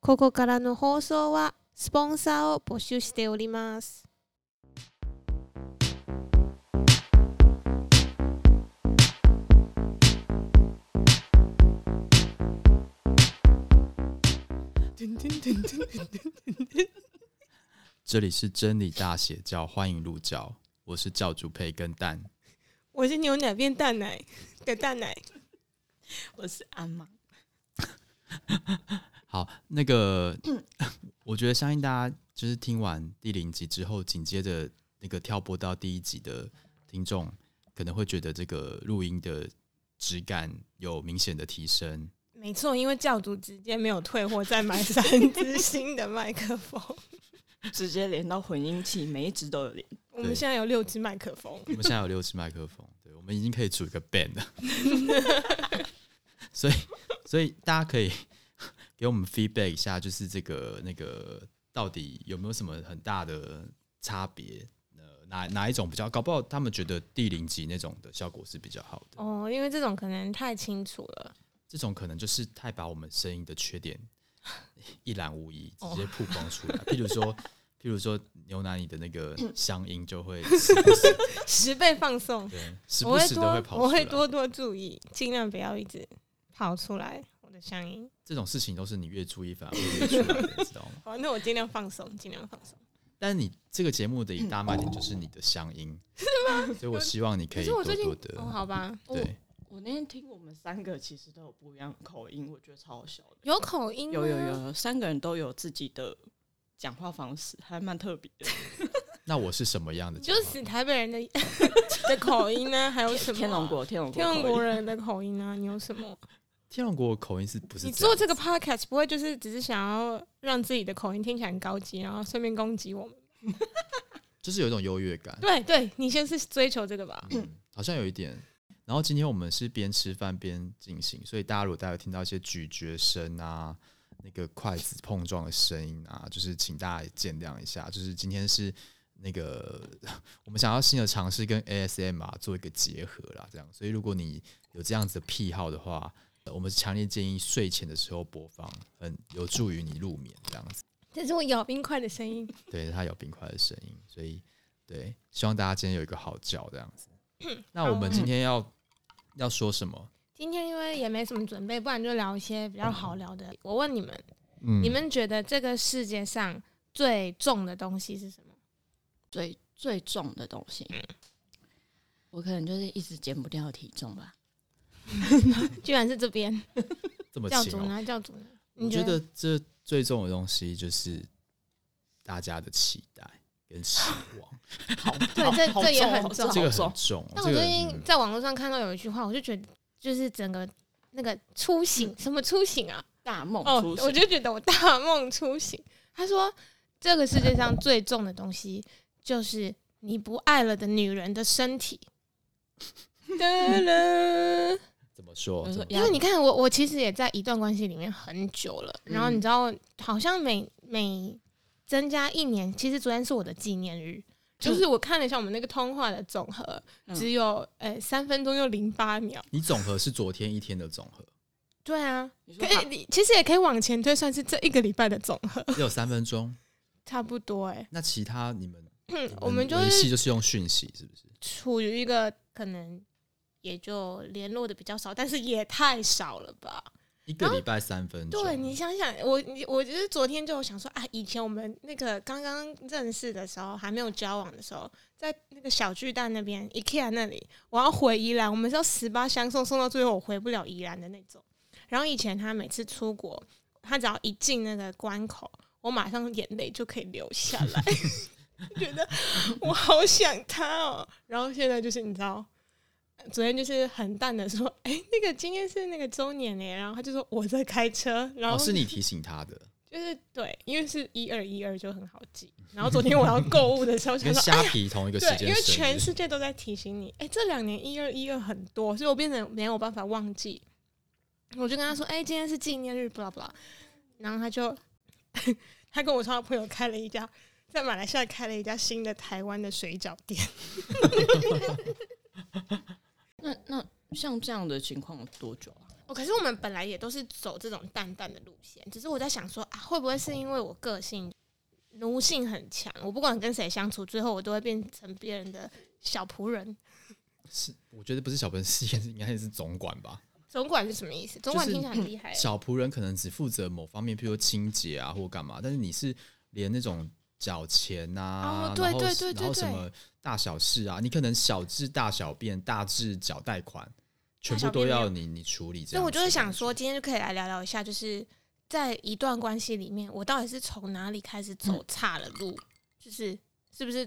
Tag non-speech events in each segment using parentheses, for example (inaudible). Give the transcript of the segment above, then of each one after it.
ここからの放送はスポンサーを募集しております。这里是真理大写教，欢迎入教。我是教主培根蛋，我是牛奶变蛋奶的蛋奶， (laughs) 我是阿妈，好，那个， (laughs) 我觉得相信大家就是听完第零集之后，紧接着那个跳播到第一集的听众，可能会觉得这个录音的质感有明显的提升。没错，因为教主直接没有退货，再买三支新的麦克风。 (laughs) 直接连到混音器，每一只都有连。我们现在有六支麦克风，我们现在有六支麦克风，对，我们已经可以组一个 band 了。所以，所以大家可以给我们 feedback 一下，就是这个那个到底有没有什么很大的差别？呃，哪哪一种比较？搞不好他们觉得第零集那种的效果是比较好的，哦，因为这种可能太清楚了，这种可能就是太把我们声音的缺点一览无遗，直接曝光出来。譬如说，譬如说牛奶里的那个嗯乡音就会时不时， (laughs) 十倍放送。对，时我不会时的多会跑出来。我会多多注意，尽量不要一直跑出来我的乡音。这种事情都是你越注意反而会越出来的，你知道 (laughs) 吗？好，那我尽量放松，尽量放松。但你这个节目的一大卖点就是你的乡音，是吗？所以我希望你可可以是多我最近多的、哦，好吧，对，我那天听我们三个其实都有不一样的口音，我觉得超好笑的。有口音，有有，有，三个人都有自己的讲话方式，还蛮特别的。那我是什么样的你节就目？是死台北人 (laughs) 的的口音呢、还有什么啊、天龙国，天龙国天口音，龙国人的口音啊？你有什么？天龙国的口音是不是你这做样？这个 podcast 不会就是只是想要让自己的口音听起来很高级，然后顺便攻击我们？就是有一种优越感，对对，你先是追求这个吧。嗯，好像有一点。然后今天我们是边吃饭边进行，所以大家如果大家有听到一些咀嚼声啊，那个筷子碰撞的声音啊，就是请大家见谅一下。就是今天是那个 (laughs) 我们想要新的尝试跟 ASMR 啊做一个结合啦，这样。所以如果你有这样子的癖好的话，呃我们强烈建议睡前的时候播放，嗯，有助于你入眠这样子。这是我咬冰块的声音。对，它有冰块的声音，所以对，希望大家今天有一个好觉这样子。嗯那我们啊今天要要说什么？ (laughs) 今天因为也没什么准备，不然就聊一些比较好聊的。我问你们，嗯你们觉得这个世界上最重的东西是什么？最最重的东西，我可能就是一直减不掉的体重吧。居然是这边这么教轻主哦、呢？教主呢？我你觉得得这最重的东西就是大家的期待跟期 (laughs) 望，对，这好这也重很好重重。这个很重。但哦这我个最近嗯在网络上看到有一句话，我就觉得就是整个那个初醒，什么初醒啊？大梦哦，初醒我就觉得我大梦初醒。他说，这个世界上最重的东西就是你不爱了的女人的身 (laughs) 体。噔噔怎么说？我说怎么要因为你看我，我其实也在一段关系里面很久了，然后你嗯知道，好像每每增加一年，其实昨天是我的纪念日，就是我看了一下我们那个通话的总和，嗯只有呃三分钟又零八秒。你总和是昨天一天的总和，对啊，你可说以，你其实也可以往前推，算是这一个礼拜的总和，只有三分钟。差不多哎、那其他你们嗯， (laughs) 我们就维系是就是用讯息，是不是？处于一个可能也就联络的比较少，但是也太少了吧。一个礼拜三分钟。哦对你想想，我你我就是昨天就有想说啊，以前我们那个刚刚认识的时候，还没有交往的时候，在那个小巨蛋那边，IKEA 那里，我要回宜兰，我们是要十八相送，送到最后我回不了宜兰的那种。然后以前他每次出国，他只要一进那个关口，我马上眼泪就可以流下来， (laughs) 觉得我好想他哦。然后现在就是你知道，昨天就是很淡的说，哎、那个今天是那个周年耶，然后他就说我在开车，然后、哦，是你提醒他的，就是对，因为是一二一二就很好记。然后昨天我要购物的时 (laughs) 候想跟说，哎虾呀，皮同一个时对，间生日，因为全世界都在提醒你，哎、这两年一二一二很多，所以我变成没有办法忘记。我就跟他说，哎、今天是纪念日，blah blah。然后他就他跟我说，他朋友开了一家在马来西亚开了一家新的台湾的水饺店。那那像这样的情况有多久啊？哦，可是我们本来也都是走这种淡淡的路线，只是我在想说啊，会不会是因为我个性奴性很强，我不管跟谁相处，最后我都会变成别人的小仆人。是，我觉得不是小朋友，是应该是总管吧。总管是什么意思？总管听起来很厉害欸、小仆人可能只负责某方面，譬如说清洁啊或干嘛，但是你是连那种缴钱啊，哦对然后对对对然后什对么大小事啊，你可能小至大小便，大至缴贷款，全部都要你你处理这样子。所以我就是想说，今天就可以来聊聊一下，就是在一段关系里面，我到底是从哪里开始嗯走岔了路？就是是不是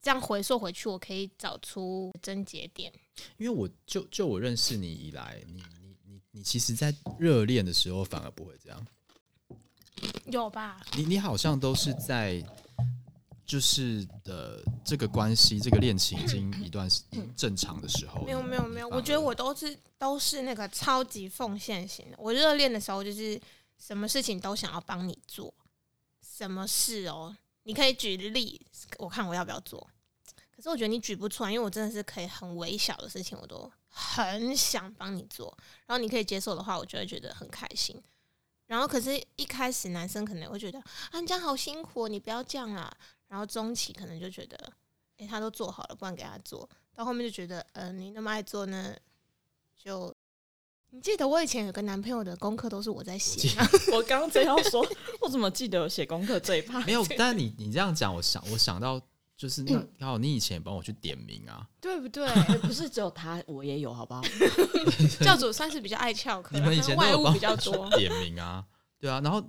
这样回溯回去，我可以找出症结点？因为我就就我认识你以来，你你你你其实，在热恋的时候反而不会这样，有吧？你你好像都是在。就是的，这个关系，这个恋情已经一段时已经正常的时候，嗯没有没有没有，你反而我觉得我都是都是那个超级奉献型的。我热恋的时候就是什么事情都想要帮你做，什么事哦，你可以举例，我看我要不要做。可是我觉得你举不出来，因为我真的是可以很微小的事情，我都很想帮你做。然后你可以接受的话，我就会觉得很开心。然后可是，一开始男生可能会觉得啊，你这样好辛苦哦，你不要这样啊。然后中期可能就觉得，诶、他都做好了，不然给他做。到后面就觉得，呃，你那么爱做呢，就你记得我以前有个男朋友的功课都是我在写吗， (laughs) 我刚刚正要说， (laughs) 我怎么记得有写功课这一趴？没有，但你你这样讲，我想我想到就是嗯那刚好你以前也帮我去点名啊， (laughs) 对不对？ (laughs) 不是只有他，我也有，好不好？教主算是比较爱翘课，你们以前都外有物帮比较我去 (laughs) 多。点名啊，对啊，然后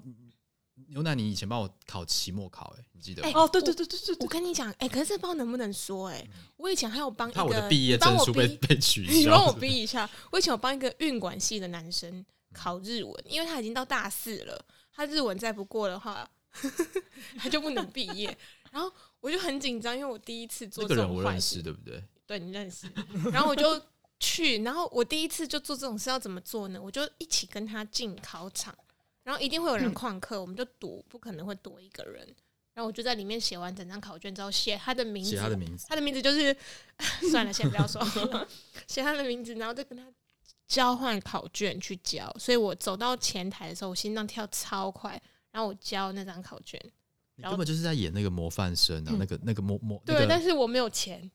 牛奶你以前帮我考期末考、欸，哎，你记得吗？哎哦，对对对对对我对，跟你讲，哎、可是这不知道能不能说、哎，我以前还有帮一嗯怕个，我的毕业你帮证我书被逼被取消，你帮我是不是逼一下。我以前有帮一个运管系的男嗯生考日文，因为他已经到大四了，他日文再不过的话， (laughs) 他就不能毕业。 (laughs) 然后我就很紧张，因为我第一次做这这个种人我坏认事识，对不对？对你认识， (laughs) 然后我就去，然后我第一次就做这种事要怎么做呢？我就一起跟他进考场，然后一定会有人旷课，我们就赌，不可能会多一个人。然后我就在里面写完整张考卷之后，写他的名字，写他的名字，他的名字就是 (laughs) 算了，先不要说， (laughs) 写他的名字，然后再跟他交换考卷去交。所以我走到前台的时候，我心脏跳超快，然后我交那张考卷，你然根后嗯本就是在演那个模范生啊，那个那个模模对，那但个是我没有钱。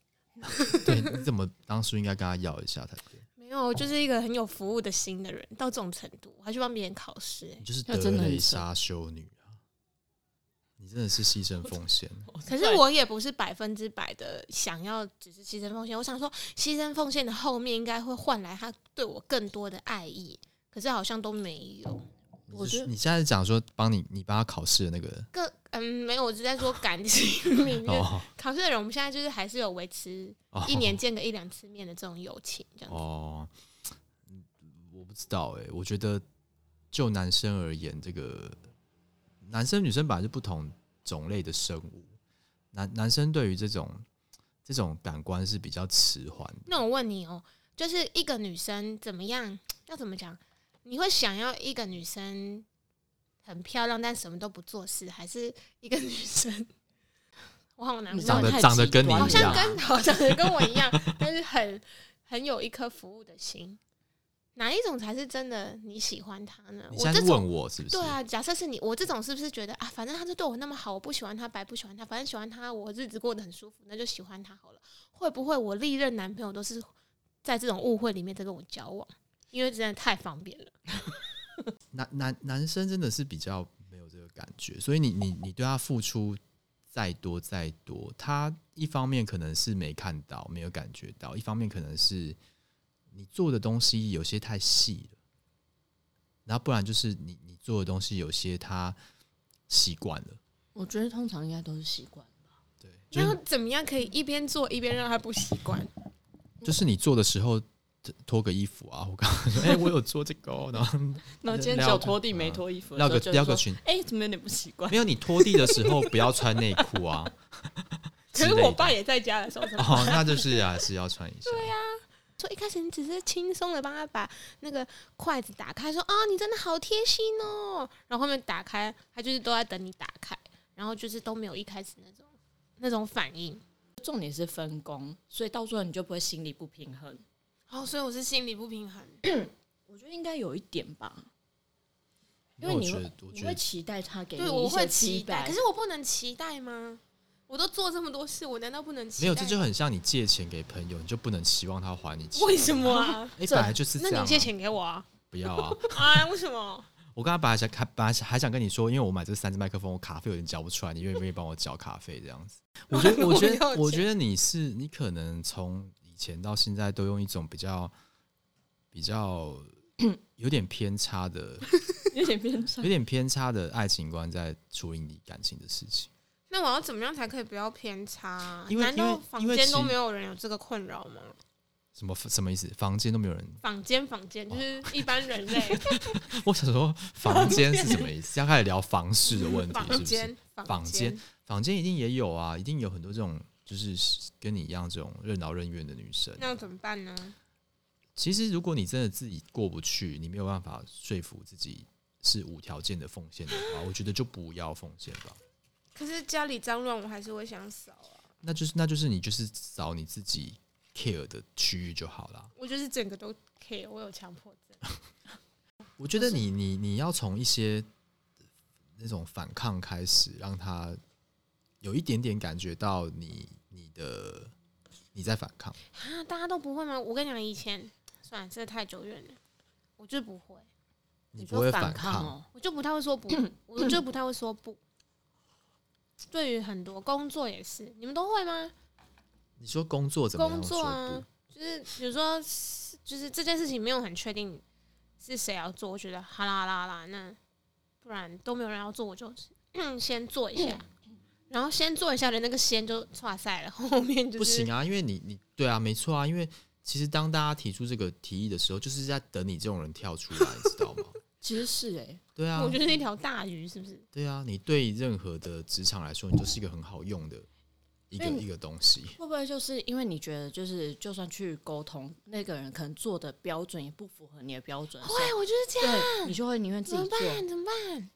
对，你怎么当初应该跟他要一下才对？没有，我就是一个很有服务的心的人，到这种程度，我还去帮别人考试、欸你就是那德真的很蕾扯莎修女啊，你真的是牺牲奉献。啊哦可是我也不是百分之百的想要只是牺牲奉献，我想说牺牲奉献的后面应该会换来他对我更多的爱意，可是好像都没有。我你觉是得你现在讲说帮你你帮他考试的那个人更嗯，没有，我是在说感情里面、哦考试的人，我们现在就是还是有维持哦一年见个一两次面的这种友情，这样子。哦，嗯我不知道哎、我觉得就男生而言，这个男生女生本来是不同种类的生物，男男生对于这种这种感官是比较迟缓的。那我问你哦，就是一个女生怎么样，要怎么讲？你会想要一个女生很漂亮，但什么都不做事，还是一个女 (laughs) 生？我好难你问，知道长得太长得极跟你端一好了样啊像跟好像跟我一样，但是很很有一颗服务的心。哪一种才是真的你喜欢他呢？你我现这在是种问我是不是？对啊，假设是你，我这种是不是觉得啊，反正他就对我那么好，我不喜欢他，白不喜欢他，反正喜欢他，我日子过得很舒服，那就喜欢他好了。会不会我历任男朋友都是在这种误会里面在跟我交往？因为真的太方便了。男男男生真的是比较没有这个感觉，所以你你你对他付出再多再多，他一方面可能是没看到、没有感觉到，一方面可能是你做的东西有些太细了，然后不然就是你你做的东西有些他习惯了，我觉得通常应该都是习惯。对，就然后是怎么样可以一边做一边让他不习惯？就是你做的时候脱个衣服啊，我刚刚说哎、我有做这个、哦，然后那今天只有拖地没脱衣服嗯的撩时候个就撩个说，裙，哎，怎么有点不习惯？没有你拖地的时候不要穿内裤啊。 (laughs) 可之是类我的爸也在家的时候，怎么哦，那就是啊，是要穿一下。对呀、说一开始你只是轻松的帮他把那个筷子打开，说啊、你真的好贴心哦。然后后面打开，他就是都在等你打开，然后就是都没有一开始那种那种反应。重点是分工，所以到最后你就不会心理不平衡。哦，所以我是心理不平衡。我觉得应该有一点吧，因为为我你觉会得，我你觉会得期待他给你对，我一些会期待， feedback 可是我不能期待吗？我都做这么多事，我难道不能期待？没有，这就很像你借钱给朋友，你就不能期望他还你 (laughs) 钱。为什么啊？哎，这本来就是这那样、啊。你借钱给我啊？不要啊！啊，为什么？我刚才本来想，还本来还想跟你说，因为我买这三支麦克风，我卡费有点交不出来，你愿不愿意帮我缴卡费？这样子，我觉得，我觉我有得，钱我觉得你是你可能从以前到现在都用一种比较比较有点偏差的、有点变有态。点偏差的爱情观在处理你感情的事情。那我要怎么样才可以不要偏差啊？因为难道因为房因为间都其没有人有这个困扰吗？什么什么意思？房间都没有人？房间，房间就是哦一般人 (laughs) 类我想说，房间是什么意思？要开始聊房事的问题，是房不是？间，房间间，房间一定也有啊，一定有很多这种就是跟你一样这种任劳任怨的女生。那要怎么办呢？其实，如果你真的自己过不去，你没有办法说服自己是无条件的奉献的话，我觉得就不要奉献吧。可是家里脏乱，我还是会想扫啊。那就是那就是你就是找你自己 care 的区域就好啦。我就是整个都 care，我有强迫症。我觉得你你你要从一些那种反抗开始，让他有一点点感觉到你你的你在反抗。啊，大家都不会吗？我跟你讲，以前算了，这太久远了，我就不会，你不说会反抗，哦，我就不太会说 (coughs) 不，我就不太会说不。对于很多工作也是，你们都会吗？你说工作怎么样工说作不啊？，就是比如说是，就是这件事情没有很确定是谁要做，我觉得好啦好啦好啦，那不然都没有人要做，我就 (coughs) 先做一下。然后先做一下的那个先就岔赛了， (laughs) 后面就是不行啊，因为你你对啊，没错啊，因为其实当大家提出这个提议的时候，就是在等你这种人跳出来，你知道吗？ (laughs) 其实是哎、对啊我，就是一条大鱼，是不是？对啊，你对任何的职场来说，你就是一个很好用的一个所以你一个东西。会不会就是因为你觉得就是就算去沟通，那个人可能做的标准也不符合你的标准，所以对，我就是这样，对你就会宁愿自怎己么做，办？怎么办？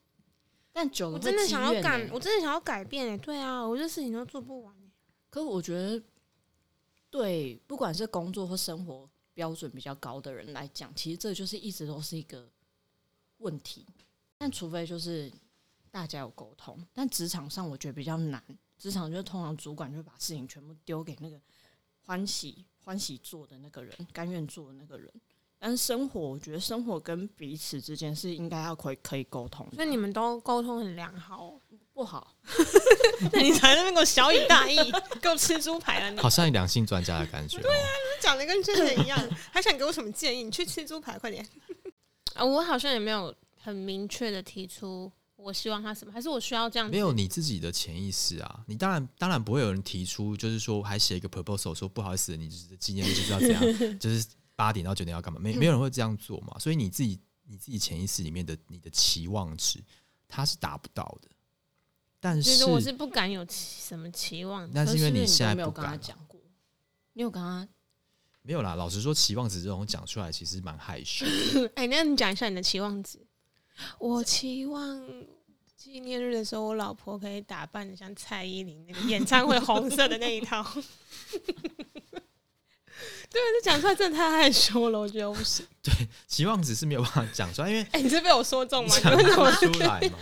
但久了我会真的想要积怨改欸，我真的想要改变哎，对啊，我这事情都做不完欸可我觉得，对不管是工作或生活标准比较高的人来讲，其实这就是一直都是一个问题。但除非就是大家有沟通，但职场上我觉得比较难。职场就是通常主管就会把事情全部丢给那个欢喜欢喜做的那个人，甘愿做的那个人。但是生活，我觉得生活跟彼此之间是应该要可以可以沟通的，所以你们都沟通很良好哦，不好。 (laughs) 那你才在那边给我小以 (laughs) 大义，给我吃猪排了啊你。好像两性专家的感觉、哦。啊讲的跟真的一样，还想给我什么建议？你去吃猪排，快 (laughs) 点！啊，我好像也没有很明确的提出我希望他什么，还是我需要嗯这样没有你自己的潜意识啊，你当然当然不会有人提出，就是说还写一个 proposal 说不好意思，你就是今天就是要这 (laughs) 样，就是八点到九点要干嘛？没没有人会这样做嘛，所以你自己你自己潜意识里面的你的期望值，它是达不到的。但其是实我是不敢有期什么期望的。那是因为可你现在都没有不跟他敢啊、讲过，你有跟他没有啦。老实说，期望值这种讲出来其实蛮害羞的。哎、那你讲一下你的期望值。我期望纪念日的时候，我老婆可以打扮的像蔡依林那个演唱会红色的那一套。 (laughs) 对，啊这讲出来真的太害羞了，我觉得我不行。期望值是没有办法讲出来，因为 (laughs) 哎、你是被我说中你吗？讲你为什么得出来吗？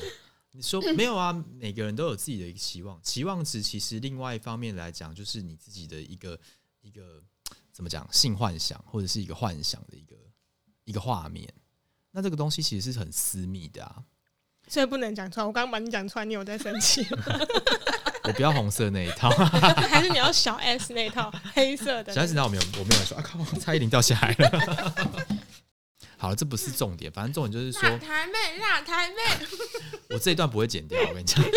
你说没有啊？每个人都有自己的一个期望，期望值其实另外一方面来讲，就是你自己的一个一个怎么讲性幻想，或者是一个幻想的一个一个画面。那这个东西其实是很私密的啊，所以不能讲出来。我刚刚把你讲出来，你有在生气 (laughs) 吗？我不要红色那一套。还是你要小 S 那一套黑色的？小孩子，那我没有，我没有说啊，靠，蔡依林掉下来了。 (laughs) 好了，这不是重点，反正重点就是说台妹，辣台妹， (laughs) 我这一段不会剪掉，我跟你讲。 (laughs)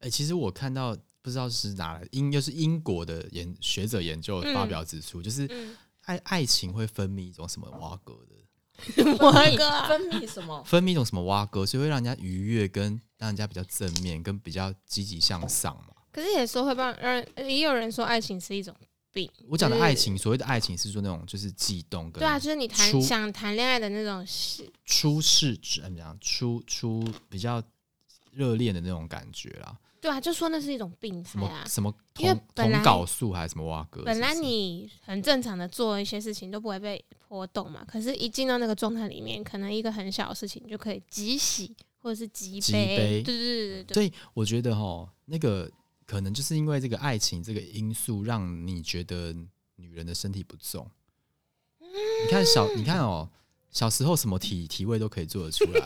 哎、其实我看到不知道是哪来英，又是英国的研学者研究发表指出，就是嗯，爱爱情会分泌一种什么蛙哥的，我哥，分泌什么？分泌一种什么蛙哥，所以会让人家愉悦，跟让人家比较正面，跟比较积极向上嘛。可是也说会帮让，也有人说爱情是一种病，我讲的爱情，所谓的爱情是说那种就是悸动嗯跟对啊，就是你出谈想谈恋爱的那种出世怎么讲出出比较热恋的那种感觉啦，对啊，就说那是一种病什态么、啊。什么因为同本来同睾素还是什么蛙哥，本来是不是你很正常的做一些事情都不会被活动嘛，可是一进到那个状态里面，可能一个很小的事情就可以极喜或者是极极悲，对悲对对对对，所以我觉得哈，那个可能就是因为这个爱情这个因素，让你觉得女人的身体不重。嗯你看小，你看哦，小时候什么体体位都可以做得出 (laughs) 来。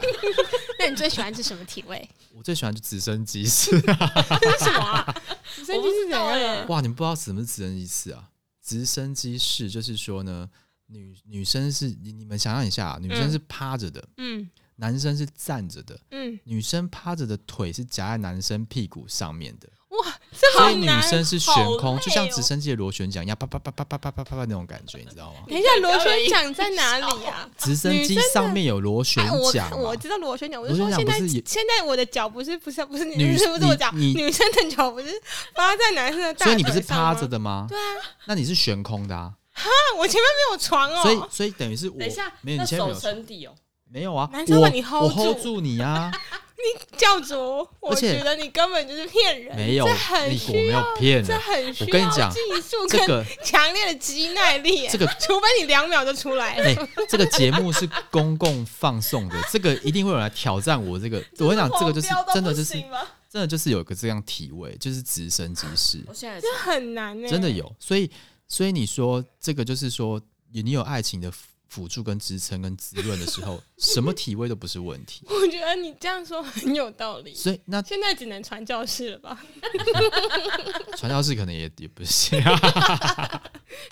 那你最喜欢是什么体 (laughs) 位？我最喜欢就直升机式。什么、啊？你最近是怎样啊我不知道的？哇，你们不知道什么是直升机式啊？直升机式就是说呢，女女生是你你们想象一下啊，女生是趴着的，嗯男生是站着的。嗯，女生趴着的腿是夹在男生屁股上面的，哇，这所好以女难。生是悬好空，累就像哦直升机的螺旋桨一样，啪啪啪啪啪啪啪啪啪那种感觉，你知道吗？等一下，螺旋桨在哪里啊？直升女生机的上面有螺 (laughs) 旋哎，我桨嘛，我知道螺旋桨，我就说螺旋现桨不在是也现在我的脚不是不是不是女 (laughs) 不是不是我脚，你你女生的脚不是趴在男生的大腿所以你不是上吗趴着？的吗？对啊，那你是悬空的啊，啊我前面没有床哦，所以所以等于是我等一下，没有那你现在没手有撑地哦，没有啊，男生把你我 hold 我住 hold 住 (laughs) 你啊，教主，我而且觉得你根本就是骗人，没有，这你很我需没有要，骗这人，很需我跟你要讲技术这跟个强烈的肌耐力耶，这个除非你两秒就出来了。哎、这个节目是公共放送的，这个一定会有人来挑战我。 (laughs) 这个我跟你讲，这个就是真的，就是真的就是有个这样体位，就是直升机式，我现在 (laughs) 这很难呢，真的有。所以，所以你说这个就是说，你有爱情的辅辅助跟支撑跟滋润的时候，什么体位都不是问题。 (laughs) 我觉得你这样说很有道理。所以，那现在只能传教士了吧？ (laughs) 传教士可能也也不行、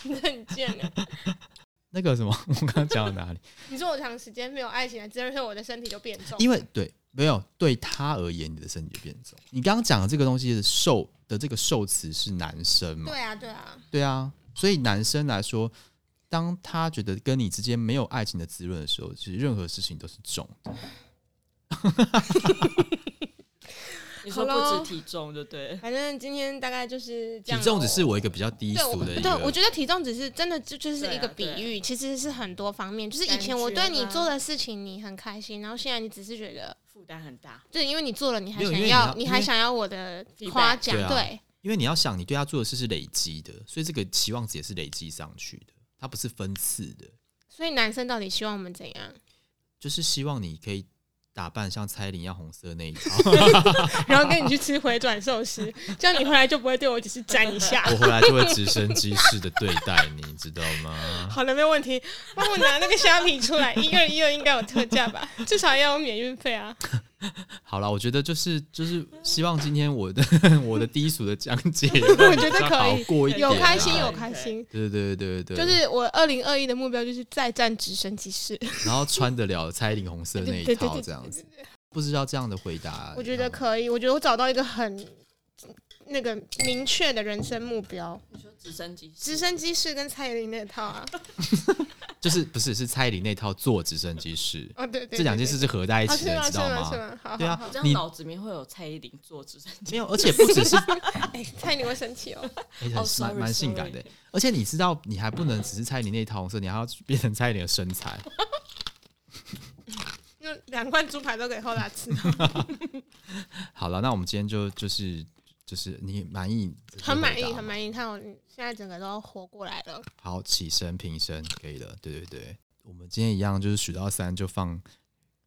你很贱啊！ (laughs) 那个什么，我刚刚讲到哪里？ (laughs) 你说我长时间没有爱情了，只是我的身体就变重。因为对，没有对他而言，你的身体就变重。你刚刚讲的这个东西的受的这个受词是男生嘛？对啊，对啊，对啊，所以男生来说，当他觉得跟你之间没有爱情的滋润的时候，其实任何事情都是重的。你说好咯不止体重就对，反正今天大概就是这体样咯。哦重只是我一个比较低对，我俗的一对，我个，觉得体重只是真的就就是对啊一个比对啊喻，其实是很多方面。就是以前感觉我对你啦做的事情你很开心，然后现在你只是觉得，负担很大。对，因为你做了，你还没有因想为你要，要你因还为想要我的夸 Feedback 奖，对啊对，因为你要想，你对他做的事是累积的，所以这个期望值也是累积上去的，它不是分次的，所以男生到底希望我们怎样？就是希望你可以打扮像蔡依林一样红色那一套。 (laughs) (laughs) 然后跟你去吃回转寿司，这样你回来就不会对我只是沾一 (laughs) 下。我回来就会直升机式的对待你，知道吗？好了，没有问题。帮我拿那个 (laughs) 虾皮出来，一个人一个应该有特价 (laughs) 吧？至少要有免运费啊！好了，我觉得就是就是希望今天我的 (laughs) 我的低俗的讲解，我觉得可以好过一点啊，有开心，有对开心。对对对对对，就是我二零二一的目标就是再战直升机式。然后穿得了蔡依林红色那一啊对对对套这样子，不知道这样的回答，我觉得可以，我觉得我找到一个很那个明确的人生目标，你说直升机直升机式跟蔡依林那套啊，就是不是是蔡依林那套坐直升机式，哦对对这两件事是合在一啊起是的，吗你是知道吗是吗？吗？好对好啊好，我这你样脑子里面会有蔡依林坐直升机，没有，而且不 (laughs) 只是，哎，蔡依林会生气哦， (laughs) 哎，哦蛮，sorry，蛮蛮性感的 sorry，而且你知道，你还不能只是蔡依林那一套红色，你还要变成蔡依林的身材。就两罐猪排都给后来 (laughs) 吃，好了，那我们今天就就是就是你满意这些回答吗，很满意很满意。你看我现在整个都活过来了，好，起身平身可以了，对对对，我们今天一样就是数到三就放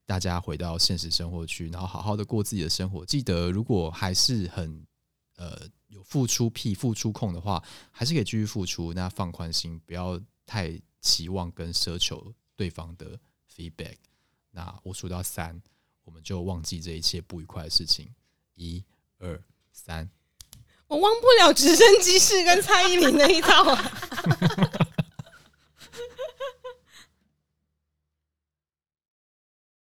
大家回到现实生活去，然后好好的过自己的生活。记得如果还是很呃有付出癖、付出控的话，还是可以继续付出，那放宽心，不要太期望跟奢求对方的 feedback。那我数到三，我们就忘记这一切不愉快的事情。一、二、三。我忘不了直升机式跟蔡依林那一套啊。